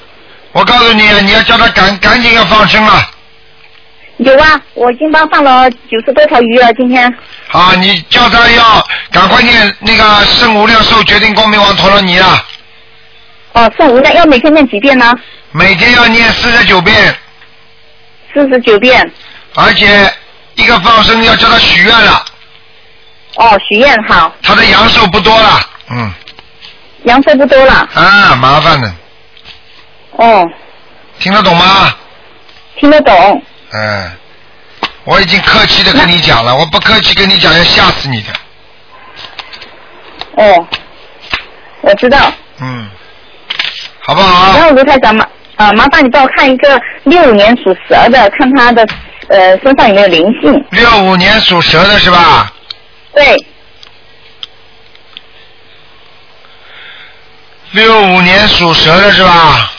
我告诉你，啊你要叫他赶赶紧要放生啊了。
有啊，我已经帮放了九十多条鱼了，今天。
啊，你叫他要赶快念那个《圣无量寿决定光明王陀罗尼》啊，
哦，送无量要每天念几遍呢？
每天要念四十九遍，
四十九遍。
而且一个放生要叫他许愿了，
哦，许愿好，
他的阳寿不多了，嗯，
阳寿不多了。
啊，麻烦了，
哦，
听得懂吗？
听得懂。
嗯，我已经客气的跟你讲了，我不客气跟你讲要吓死你的，
哦，我知道。
嗯，好不
然
好？
后卢台长麻啊、麻烦你帮我看一个六五年属蛇的，看他的呃身上有没有灵性。
六五年属蛇的是吧？
对，
六五年属蛇的是吧？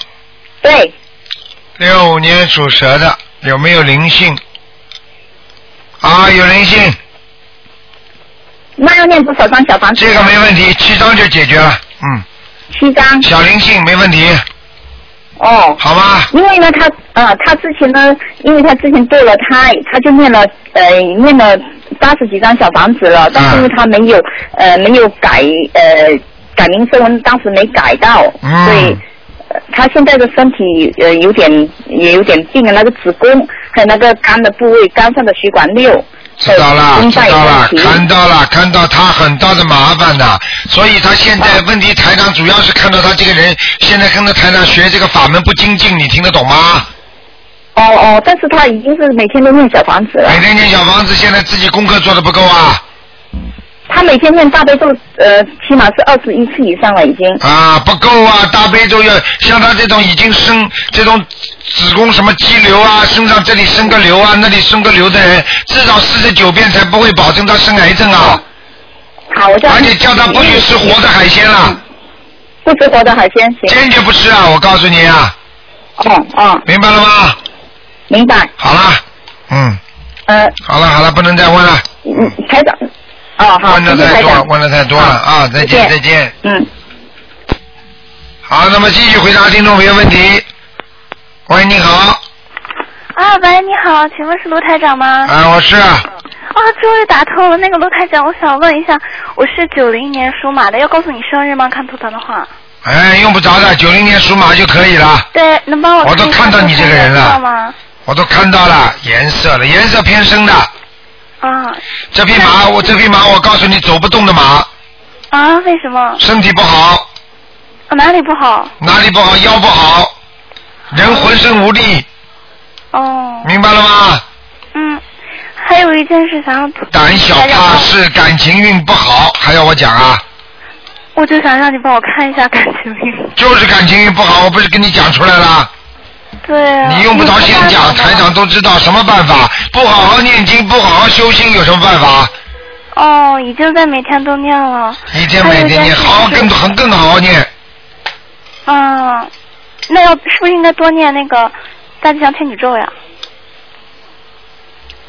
对，
六五年属蛇的有没有灵性？啊，有灵性，
那要念多少张小房子？啊
这个没问题，七张就解决了。嗯，
七张。
小灵性没问题，
哦，
好吗？
因为呢，他啊、他之前呢，因为他之前做了他，他就念了呃念了八十几张小房子
嗯
了，但是因为他没有、呃没有改呃改名声纹，当时没改到，
嗯
所以。呃他现在的身体呃有点也有点病，那个子宫还有那个肝的部位，肝上的血管瘤，
知道了，
哎心
知
脏有
道了，
问题。
看到了，看到他很大的麻烦的，所以他现在问题台长主要是看到他这个人现在跟着台长学这个法门不精进，你听得懂吗？
哦哦，但是他已经是每天都念小房子了
每，天念小房子，现在自己功课做的不够啊
他每天念大悲咒呃起码是二十一次以上了已经。
啊，不够啊！大悲咒要像他这种已经生这种子宫什么肌瘤啊，身上这里生个瘤啊，那里生个瘤的人，至少四十九遍才不会保证他生癌症啊。
好，我叫
而且叫他不许吃活的海鲜了，
不吃活的海鲜行。
坚决不吃啊！我告诉你啊，
哦哦，
明白了吗？
明白。
好了，嗯，
呃，
好了好了，不能再问了，
嗯，台长，哦好，
问
谢
的
谢
太
台
多了，
长。 *laughs* 嗯
问的太多了啊！再见
再
再见。
嗯。
好，那么继续回答听众朋友问题。喂，你好，
啊，喂，你好，请问是卢台长吗？
啊，我是
啊，终于打通了。那个卢台长，我想问一下，我是九零年属马的，要告诉你生日吗？看图腾的话。
哎，用不着的，九零年属马就可以了，
对，能帮我
哦我都
一下
看到你这个人了
图腾颜色吗？
我都看到了颜色了，颜色偏深的。
啊
这匹马，我这匹马，我告诉你，走不动的马，
啊，为什么？
身体不好，
啊哪里不好？
哪里不好，腰不好，人浑身无力，
哦，
明白了吗？
嗯，还有一件事想让，
胆小怕事，感情运不好，还要我讲啊？
我就想让你帮我看一下感情运。
就是感情运不好，我不是跟你讲出来了？
对啊。
你用不着先讲，台长都知道什么办法。不好好念经，不好好修心，有什么办法？
哦，已经在每天都念嗯了。
一天每天念，好好跟很更好好念。
嗯，那要是不是应该多念那个大吉祥天女咒呀？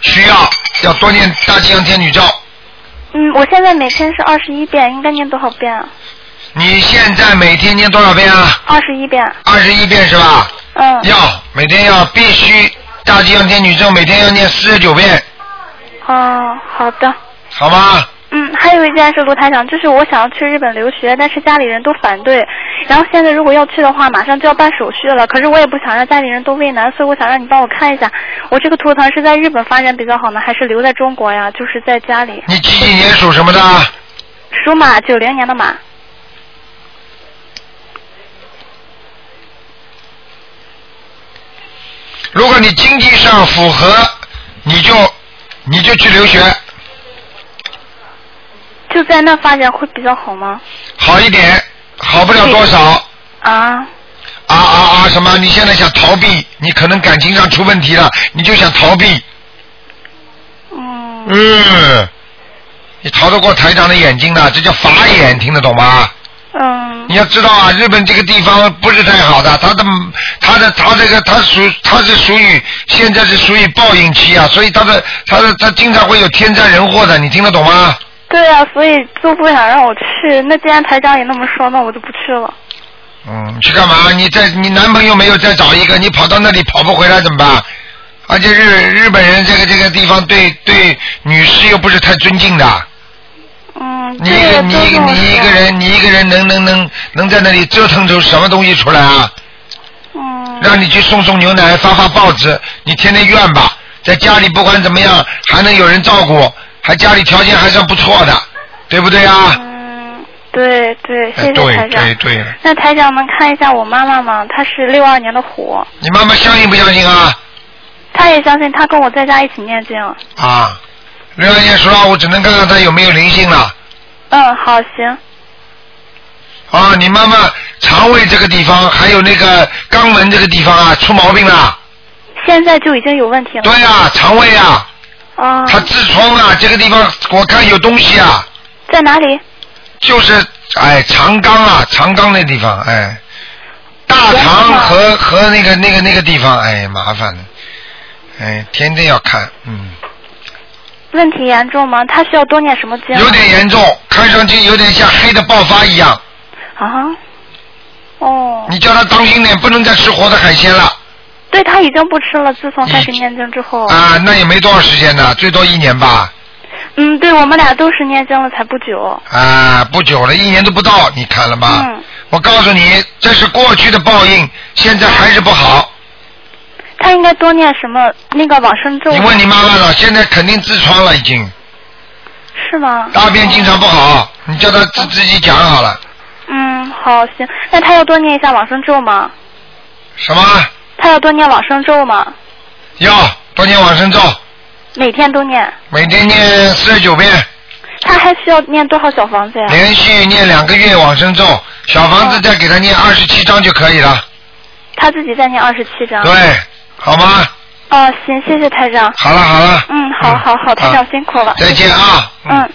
需要要多念大吉祥天女咒。
嗯，我现在每天是二十一遍，应该念多少遍啊？
你现在每天念多少遍啊？
二十一遍。
二十一遍是吧？
嗯。
要每天要必须大吉祥天女咒每天要念四十九遍，
哦，好的。
好吗？
嗯，还有一件事，卢台长，就是我想要去日本留学，但是家里人都反对。然后现在如果要去的话，马上就要办手续了。可是我也不想让家里人都为难，所以我想让你帮我看一下，我这个图腾是在日本发展比较好呢，还是留在中国呀？就是在家里。
你几几年属什么的？
属马，九零年的马。
如果你经济上符合，你就你就去留学
就在那发展会比较好吗？
好一点，好不了多少
啊，
啊啊啊！什么？你现在想逃避，你可能感情上出问题了，你就想逃避。嗯。你逃得过台长的眼睛的，这叫法眼，听得懂吗？
嗯，
你要知道啊，日本这个地方不是太好的，它的它的它这个它属它是属于现在是属于报应期啊，所以它的它的它经常会有天灾人祸的，你听得懂吗？
对啊，所以就不想让我去。那既然台长也那么说，那我就不去了。
嗯，去干嘛？你在你男朋友没有再找一个，你跑到那里跑不回来怎么办？而且日日本人这个这个地方对对女士又不是太尊敬的。
嗯，
你一个你一个你一个人你一个人能能能能在那里折腾出什么东西出来啊？嗯。让你去送送牛奶，发发报纸，你天天怨吧。在家里不管怎么样，还能有人照顾，还家里条件还算不错的，对不对啊？
嗯对对，谢
哎，
谢
对
台长。
对对了，
那台长能看一下我妈妈吗？她是六二年的虎，
你妈妈相信不相信啊？
她也相信，她跟我在家一起念经。
啊，六二年属老虎，只能看看他有没有灵性了。
嗯，好，行。
啊，你妈妈肠胃这个地方，还有那个肛门这个地方啊，出毛病了。
现在就已经有问题了。
对啊，肠胃啊。
啊。
他痔疮啊，这个地方我看有东西啊。
在哪里？
就是哎，肠肛啊，肠肛那地方哎，大肠和和那个那个那个地方哎，麻烦了，哎，天天要看，嗯，
问题严重吗？她需要多念什么经？啊
有点严重，看上去有点像黑的爆发一样，
啊。哦，
你叫他当心点，不能再吃活的海鲜了
对，她已经不吃了，自从开始念经之后。
啊，那也没多少时间呢，最多一年吧，
嗯，对，我们俩都是念经了才不久。
啊，不久了，一年都不到，你看了吗？
嗯
我告诉你，这是过去的报应，现在还是不好。
她应该多念什么那个往生咒？
你问你妈妈了，现在肯定痔疮了已经，
是吗？
大便经常不好，你叫她自自己讲好了。
嗯，好行，那她要多念一下往生咒吗？
什么？
她要多念往生咒吗？
要多念往生咒，
每天都念。
每天念四十九遍，
她还需要念多少小房子呀？
连续念两个月往生咒，小房子再给她念二十七章就可以了。
她自己再念二十七章。
对，好吗？
哦，行，谢谢台长。
好了好了，啊
嗯，好好好，台长辛苦了。
再见啊。
嗯。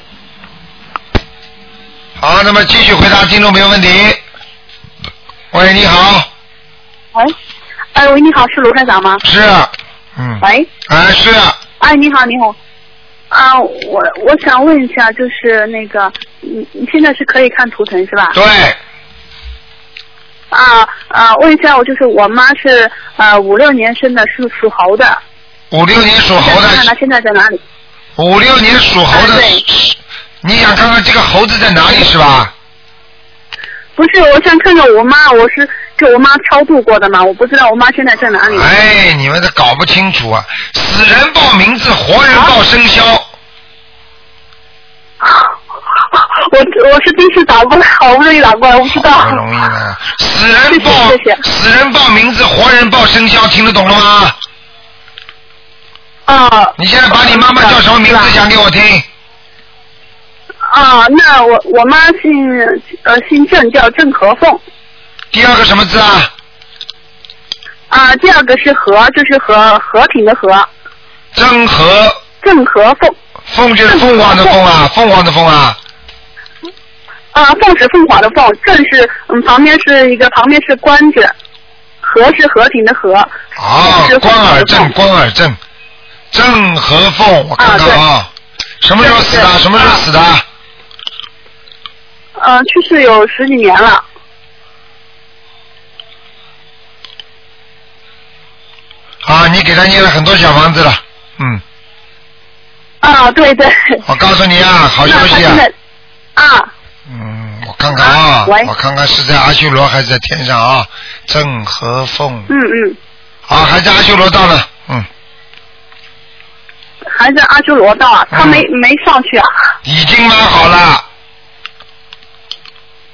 好，那么继续回答听众朋友问题。喂，你好，
喂，哎喂，你好，是卢站长吗？
是，嗯，
喂，
哎是，
哎，你好，你好，啊，我我想问一下，就是那个，你你现在是可以看图腾是吧？
对。
啊啊，问一下，我就是我妈是呃五六年生的，是属猴的。
五六年属猴
想看看
的，
她现在在哪里？
五六年属猴的，你想看看这个猴子在哪里是吧？
不是，我想看看我妈，我是就我妈超度过的嘛，我不知道我妈现在在哪里。
哎，你们这搞不清楚啊！死人报名字，活人报生肖。
哦我我是第一次打过来，好不容易打过来，我不知道。
不容易呢，死人报死人报名字，活人报生肖，听得懂了吗？
啊。
哦
你现在把你妈妈叫什么名字讲给我听？
哦
啊，那我我妈姓呃姓郑，叫郑和凤。
第二个什么字啊？
啊，第二个是和，就是和和平的和。
郑和。
郑和凤。
凤就是凤凰的凤啊，凤凰的凤啊。
啊，凤是凤凰的凤，郑是嗯旁边是一个旁边是官字，和是和平的和。
哦，关尔正，关尔正，郑和凤，我看看啊，什么时候死的？什么时候死的？
啊呃，去世有十几年了。
啊，你给他念了很多小房子了，嗯，
啊，对对。
我告诉你啊，好消
*laughs* 嗯那她
息啊
现，在啊，
我看看啊，
喂
我看看是在阿修罗还是在天上啊？郑和凤，
嗯嗯，
啊，还在阿修罗道呢，嗯，
还在阿修罗道啊，
嗯
她没、没上去啊。
已经蛮好了，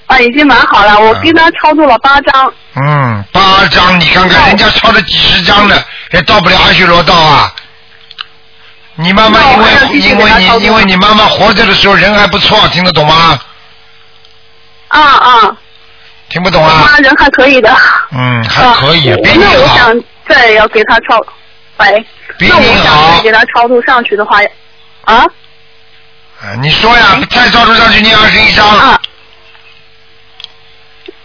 啊，已经蛮好了，我给她超度了八张。
嗯，八张，你看看人家抄了几十张了，也到不了阿修罗道啊。你妈妈因为因为你因为你妈妈活着的时候人还不错，听得懂啊吗？
啊啊，
听不懂
我
啊？
妈人还可以的。
嗯，还可以，比你
那我
好。
想再要给她超，喂，
比
那我
你
想再给她超度上去的话，啊，
啊你说呀，再照着上去念二十一章，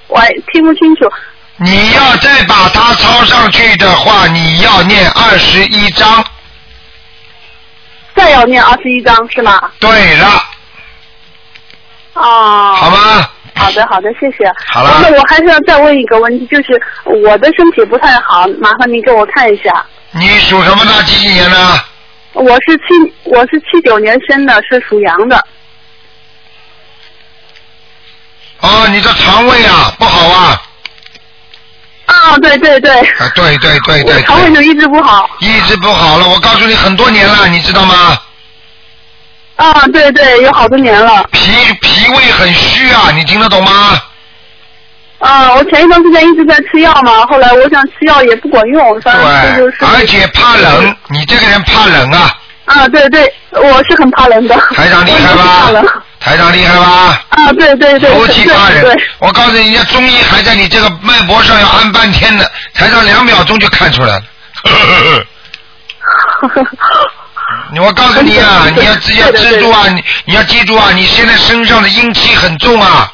喂，啊听不清楚。
你要再把它抄上去的话，你要念二十一章。
再要念二十一章是吗？
对了，
哦。好
吗？
好的，好的，谢谢。
好了
那我还是要再问一个问题，就是我的身体不太好，麻烦您给我看一下。
你属什么的？几几年的？
我是七，我是七九年生的，是属羊的。
哦，你的肠胃啊不好啊。
啊，对对对。
啊，对对对对。
肠胃就一直不好。
一直不好了，我告诉你很多年了，你知道吗？
啊，对对，有好多年了。
脾脾胃很虚啊，你听得懂吗？
啊，我前一段时间一直在吃药嘛，后来我想吃药也不管用，反正这就是。
而且怕冷，你这个人怕冷啊，
啊，对对，我是很怕冷的。
台长厉害吧？台长厉害吧？
啊，对对对，
尤其怕
对
人
对。
我告诉你，人家中医还在你这个脉搏上要按半天呢，台上两秒钟就看出来了。 *laughs* 你我告诉你啊，你要自己要记住啊，你你要记住啊，你现在身上的阴气很重啊，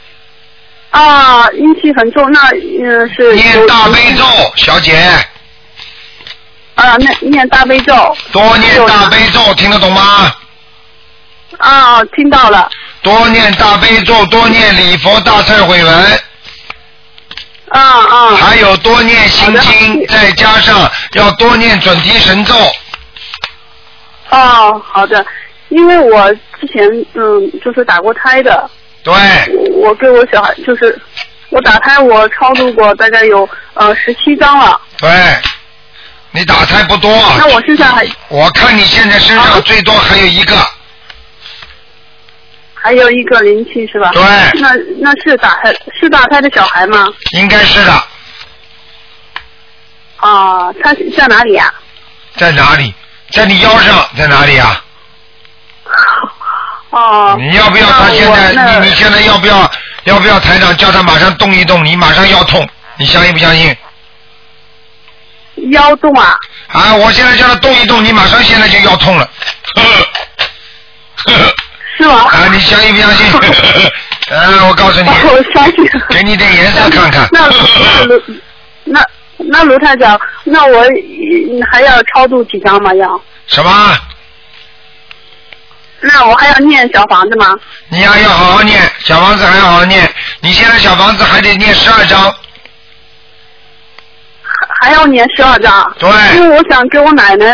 *laughs* 啊，阴气很重，那嗯、呃是
念大悲咒，小姐，
啊，念念大悲咒。
多念大悲咒，听得懂吗？
啊，听到了。
多念大悲咒，多念礼佛大忏悔文。
啊啊。
还有多念心经，再加上要多念准提神咒。
哦，好的，因为我之前嗯就是打过胎的，
对，
我给我小孩就是我打胎我超度过大概有呃十七张了，
对，哎你打胎不多。啊
那我身上还啊
我看你现在身上最多还有一个，
还有一个灵气是吧？
对
那那是打胎是打胎的小孩吗？
应该是的，
啊，他在哪里呀、
在哪里？在你腰上，在哪里啊？
*laughs* 哦。
你要不要他现在？你你现在要不要？要不要台长叫他马上动一动？你马上腰痛，你相信不相信？
腰痛啊？
啊，我现在叫他动一动，你马上现在就腰痛了。
是吗？哦
啊，你相信不相
*laughs*
信？啊，我告诉你，
我相信。
给你点颜色看看。
那那卢那那卢太长，那我呃还要超度几张吗？要
什么？
那我还要念小房子吗？
你要要好好念，小房子还要好好念。你现在小房子还得念十二章，
还要念十二张。
对。
因为我想给我奶奶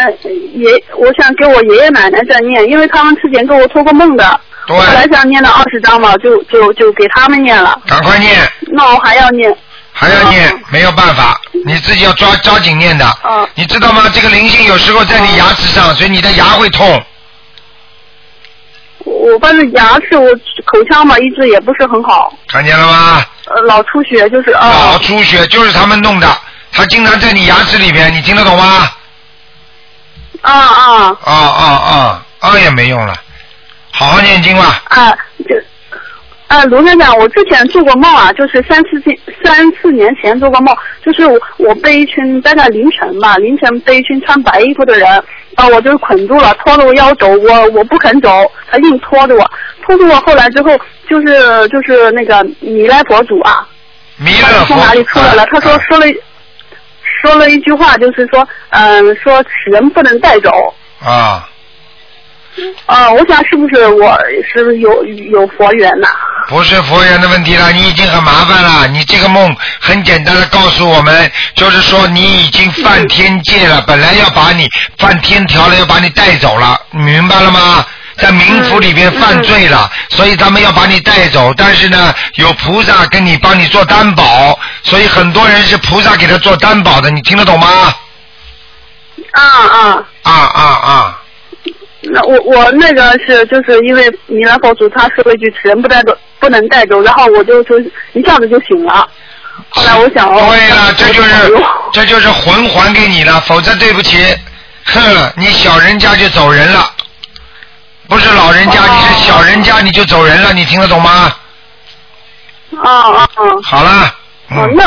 爷，我想给我爷爷奶奶再念，因为他们之前跟我托过梦的。
对
后来想念到二十张嘛，就就就给他们念了。
赶快念，
那我还要念。
还要念，没有办法，你自己要抓抓紧念的。
哦
你知道吗？这个灵性有时候在你牙齿上，所以你的牙会痛。
我反正牙齿我口腔吧一直也不是很好，
看见了吗？
呃，老出血就是啊。
脑出血就是他们弄的，他经常在你牙齿里边，你听得懂吗？
啊啊
啊啊啊啊也没用了，好好念经吧。
啊，就啊，卢院长，我之前做过梦啊，就是三四天三四年前做过梦，就是我我被一群大概凌晨吧，凌晨被一群穿白衣服的人把我就是捆住了，拖着我要走，我我不肯走，他硬拖着我，拖着我后来之后就是就是那个弥勒佛祖啊，
弥
勒佛从哎哪里出来
啊
了？他说说了一说了一句话，就是说嗯、说此人不能带走。
啊，
啊、我想是不是我是不是有有佛缘呐、
不是佛缘的问题了，你已经很麻烦了。你这个梦很简单的告诉我们，就是说你已经犯天界了，本来要把你犯天条了，要把你带走了，你明白了吗？在冥府里边犯罪了，所以他们要把你带走。但是呢，有菩萨跟你帮你做担保，所以很多人是菩萨给他做担保的，你听得懂吗？
啊啊！
啊啊啊！
那我我那个是就是因为弥勒佛祖他说了一句“此人不带走，不能带走”，然后我就就一下子就醒了。后来我想哦，
对了，这就是这就是魂还给你了，否则对不起，哼，你小人家就走人了，不是老人家，你是小人家你就走人了，你听得懂吗？
啊啊啊！
好了，嗯
哦，那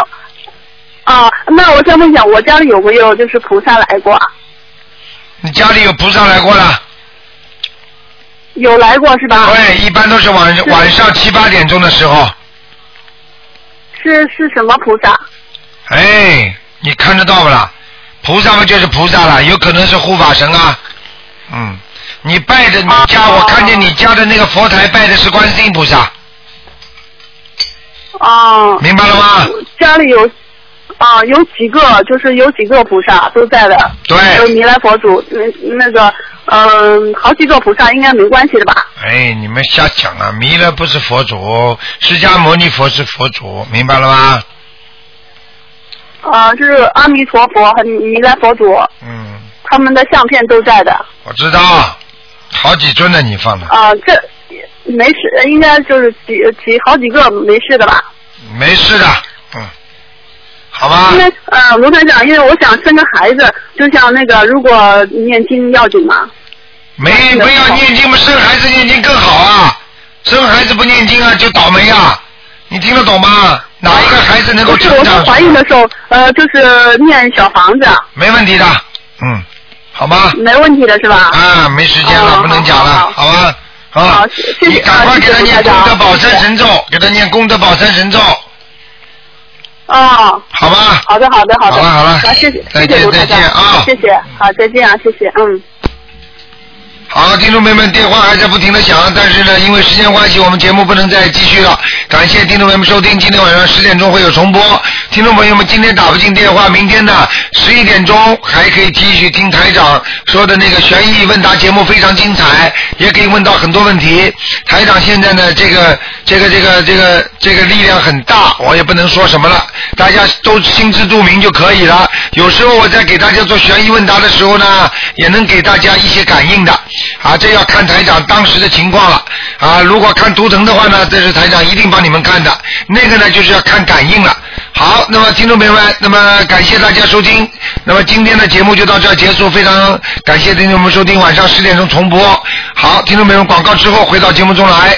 啊，那我想问一下，我家里有没有就是菩萨来过啊？
你家里有菩萨来过了？
有来过是吧？
对，一般都是晚晚上七八点钟的时候，
是是什么菩萨？
哎，你看得到不啦？菩萨嘛就是菩萨了，有可能是护法神啊，嗯，你拜的你家，
哦
我看见你家的那个佛台拜的是观世音菩萨，
啊，
明白了吗？
家里有啊，有几个就是有几个菩萨都在的，
对，
有弥勒佛祖，那那个嗯、好几个菩萨应该没关系的吧？
哎，你们瞎讲啊！弥勒不是佛祖，释迦牟尼佛是佛祖，明白了吗？
啊，就是阿弥陀佛和弥勒佛祖，
嗯，
他们的相片都在的。
我知道，好几尊的你放的，
啊，这没事，呃应该就是几呃几好几个没事的吧？
没事的，嗯，好吧。
因为呃，卢台长，因为我想生个孩子，就像那个如果念经要紧吗？
没不要念经嘛，生孩子念经更好啊！生孩子不念经啊，就倒霉啊！你听得懂吗？哪一个孩子能够
不是，
成
我
长
们？怀孕的时候，呃，就是念小房子，
没问题的，嗯，好吗？
没问题的是吧？
啊，没时间了，不能讲了，好吧？啊，你赶快给他念功德宝山神咒，给他念功德宝山神咒，
哦，
好吧？
好的，好的，好的，
好了好了
啊，谢谢，
再
谢
见
谢卢台长
再见啊
谢谢，好，再见啊，谢谢，嗯。
好，听众朋友们，电话还在不停的响，但是呢，因为时间关系，我们节目不能再继续了。感谢听众朋友们收听，今天晚上十点钟会有重播。听众朋友们，今天打不进电话，明天呢十一点钟还可以继续听台长说的那个悬疑问答节目，非常精彩，也可以问到很多问题。台长现在呢，这个这个这个这个这个力量很大，我也不能说什么了，大家都心知肚明就可以了。有时候我在给大家做悬疑问答的时候呢，也能给大家一些感应的啊，这要看台长当时的情况了啊。如果看图腾的话呢，这是台长一定帮你们看的，那个呢就是要看感应了。好，那么听众朋友们，那么感谢大家收听，那么今天的节目就到这儿结束，非常感谢听众们收听，晚上十点钟重播。好，听众朋友们，广告之后回到节目中来。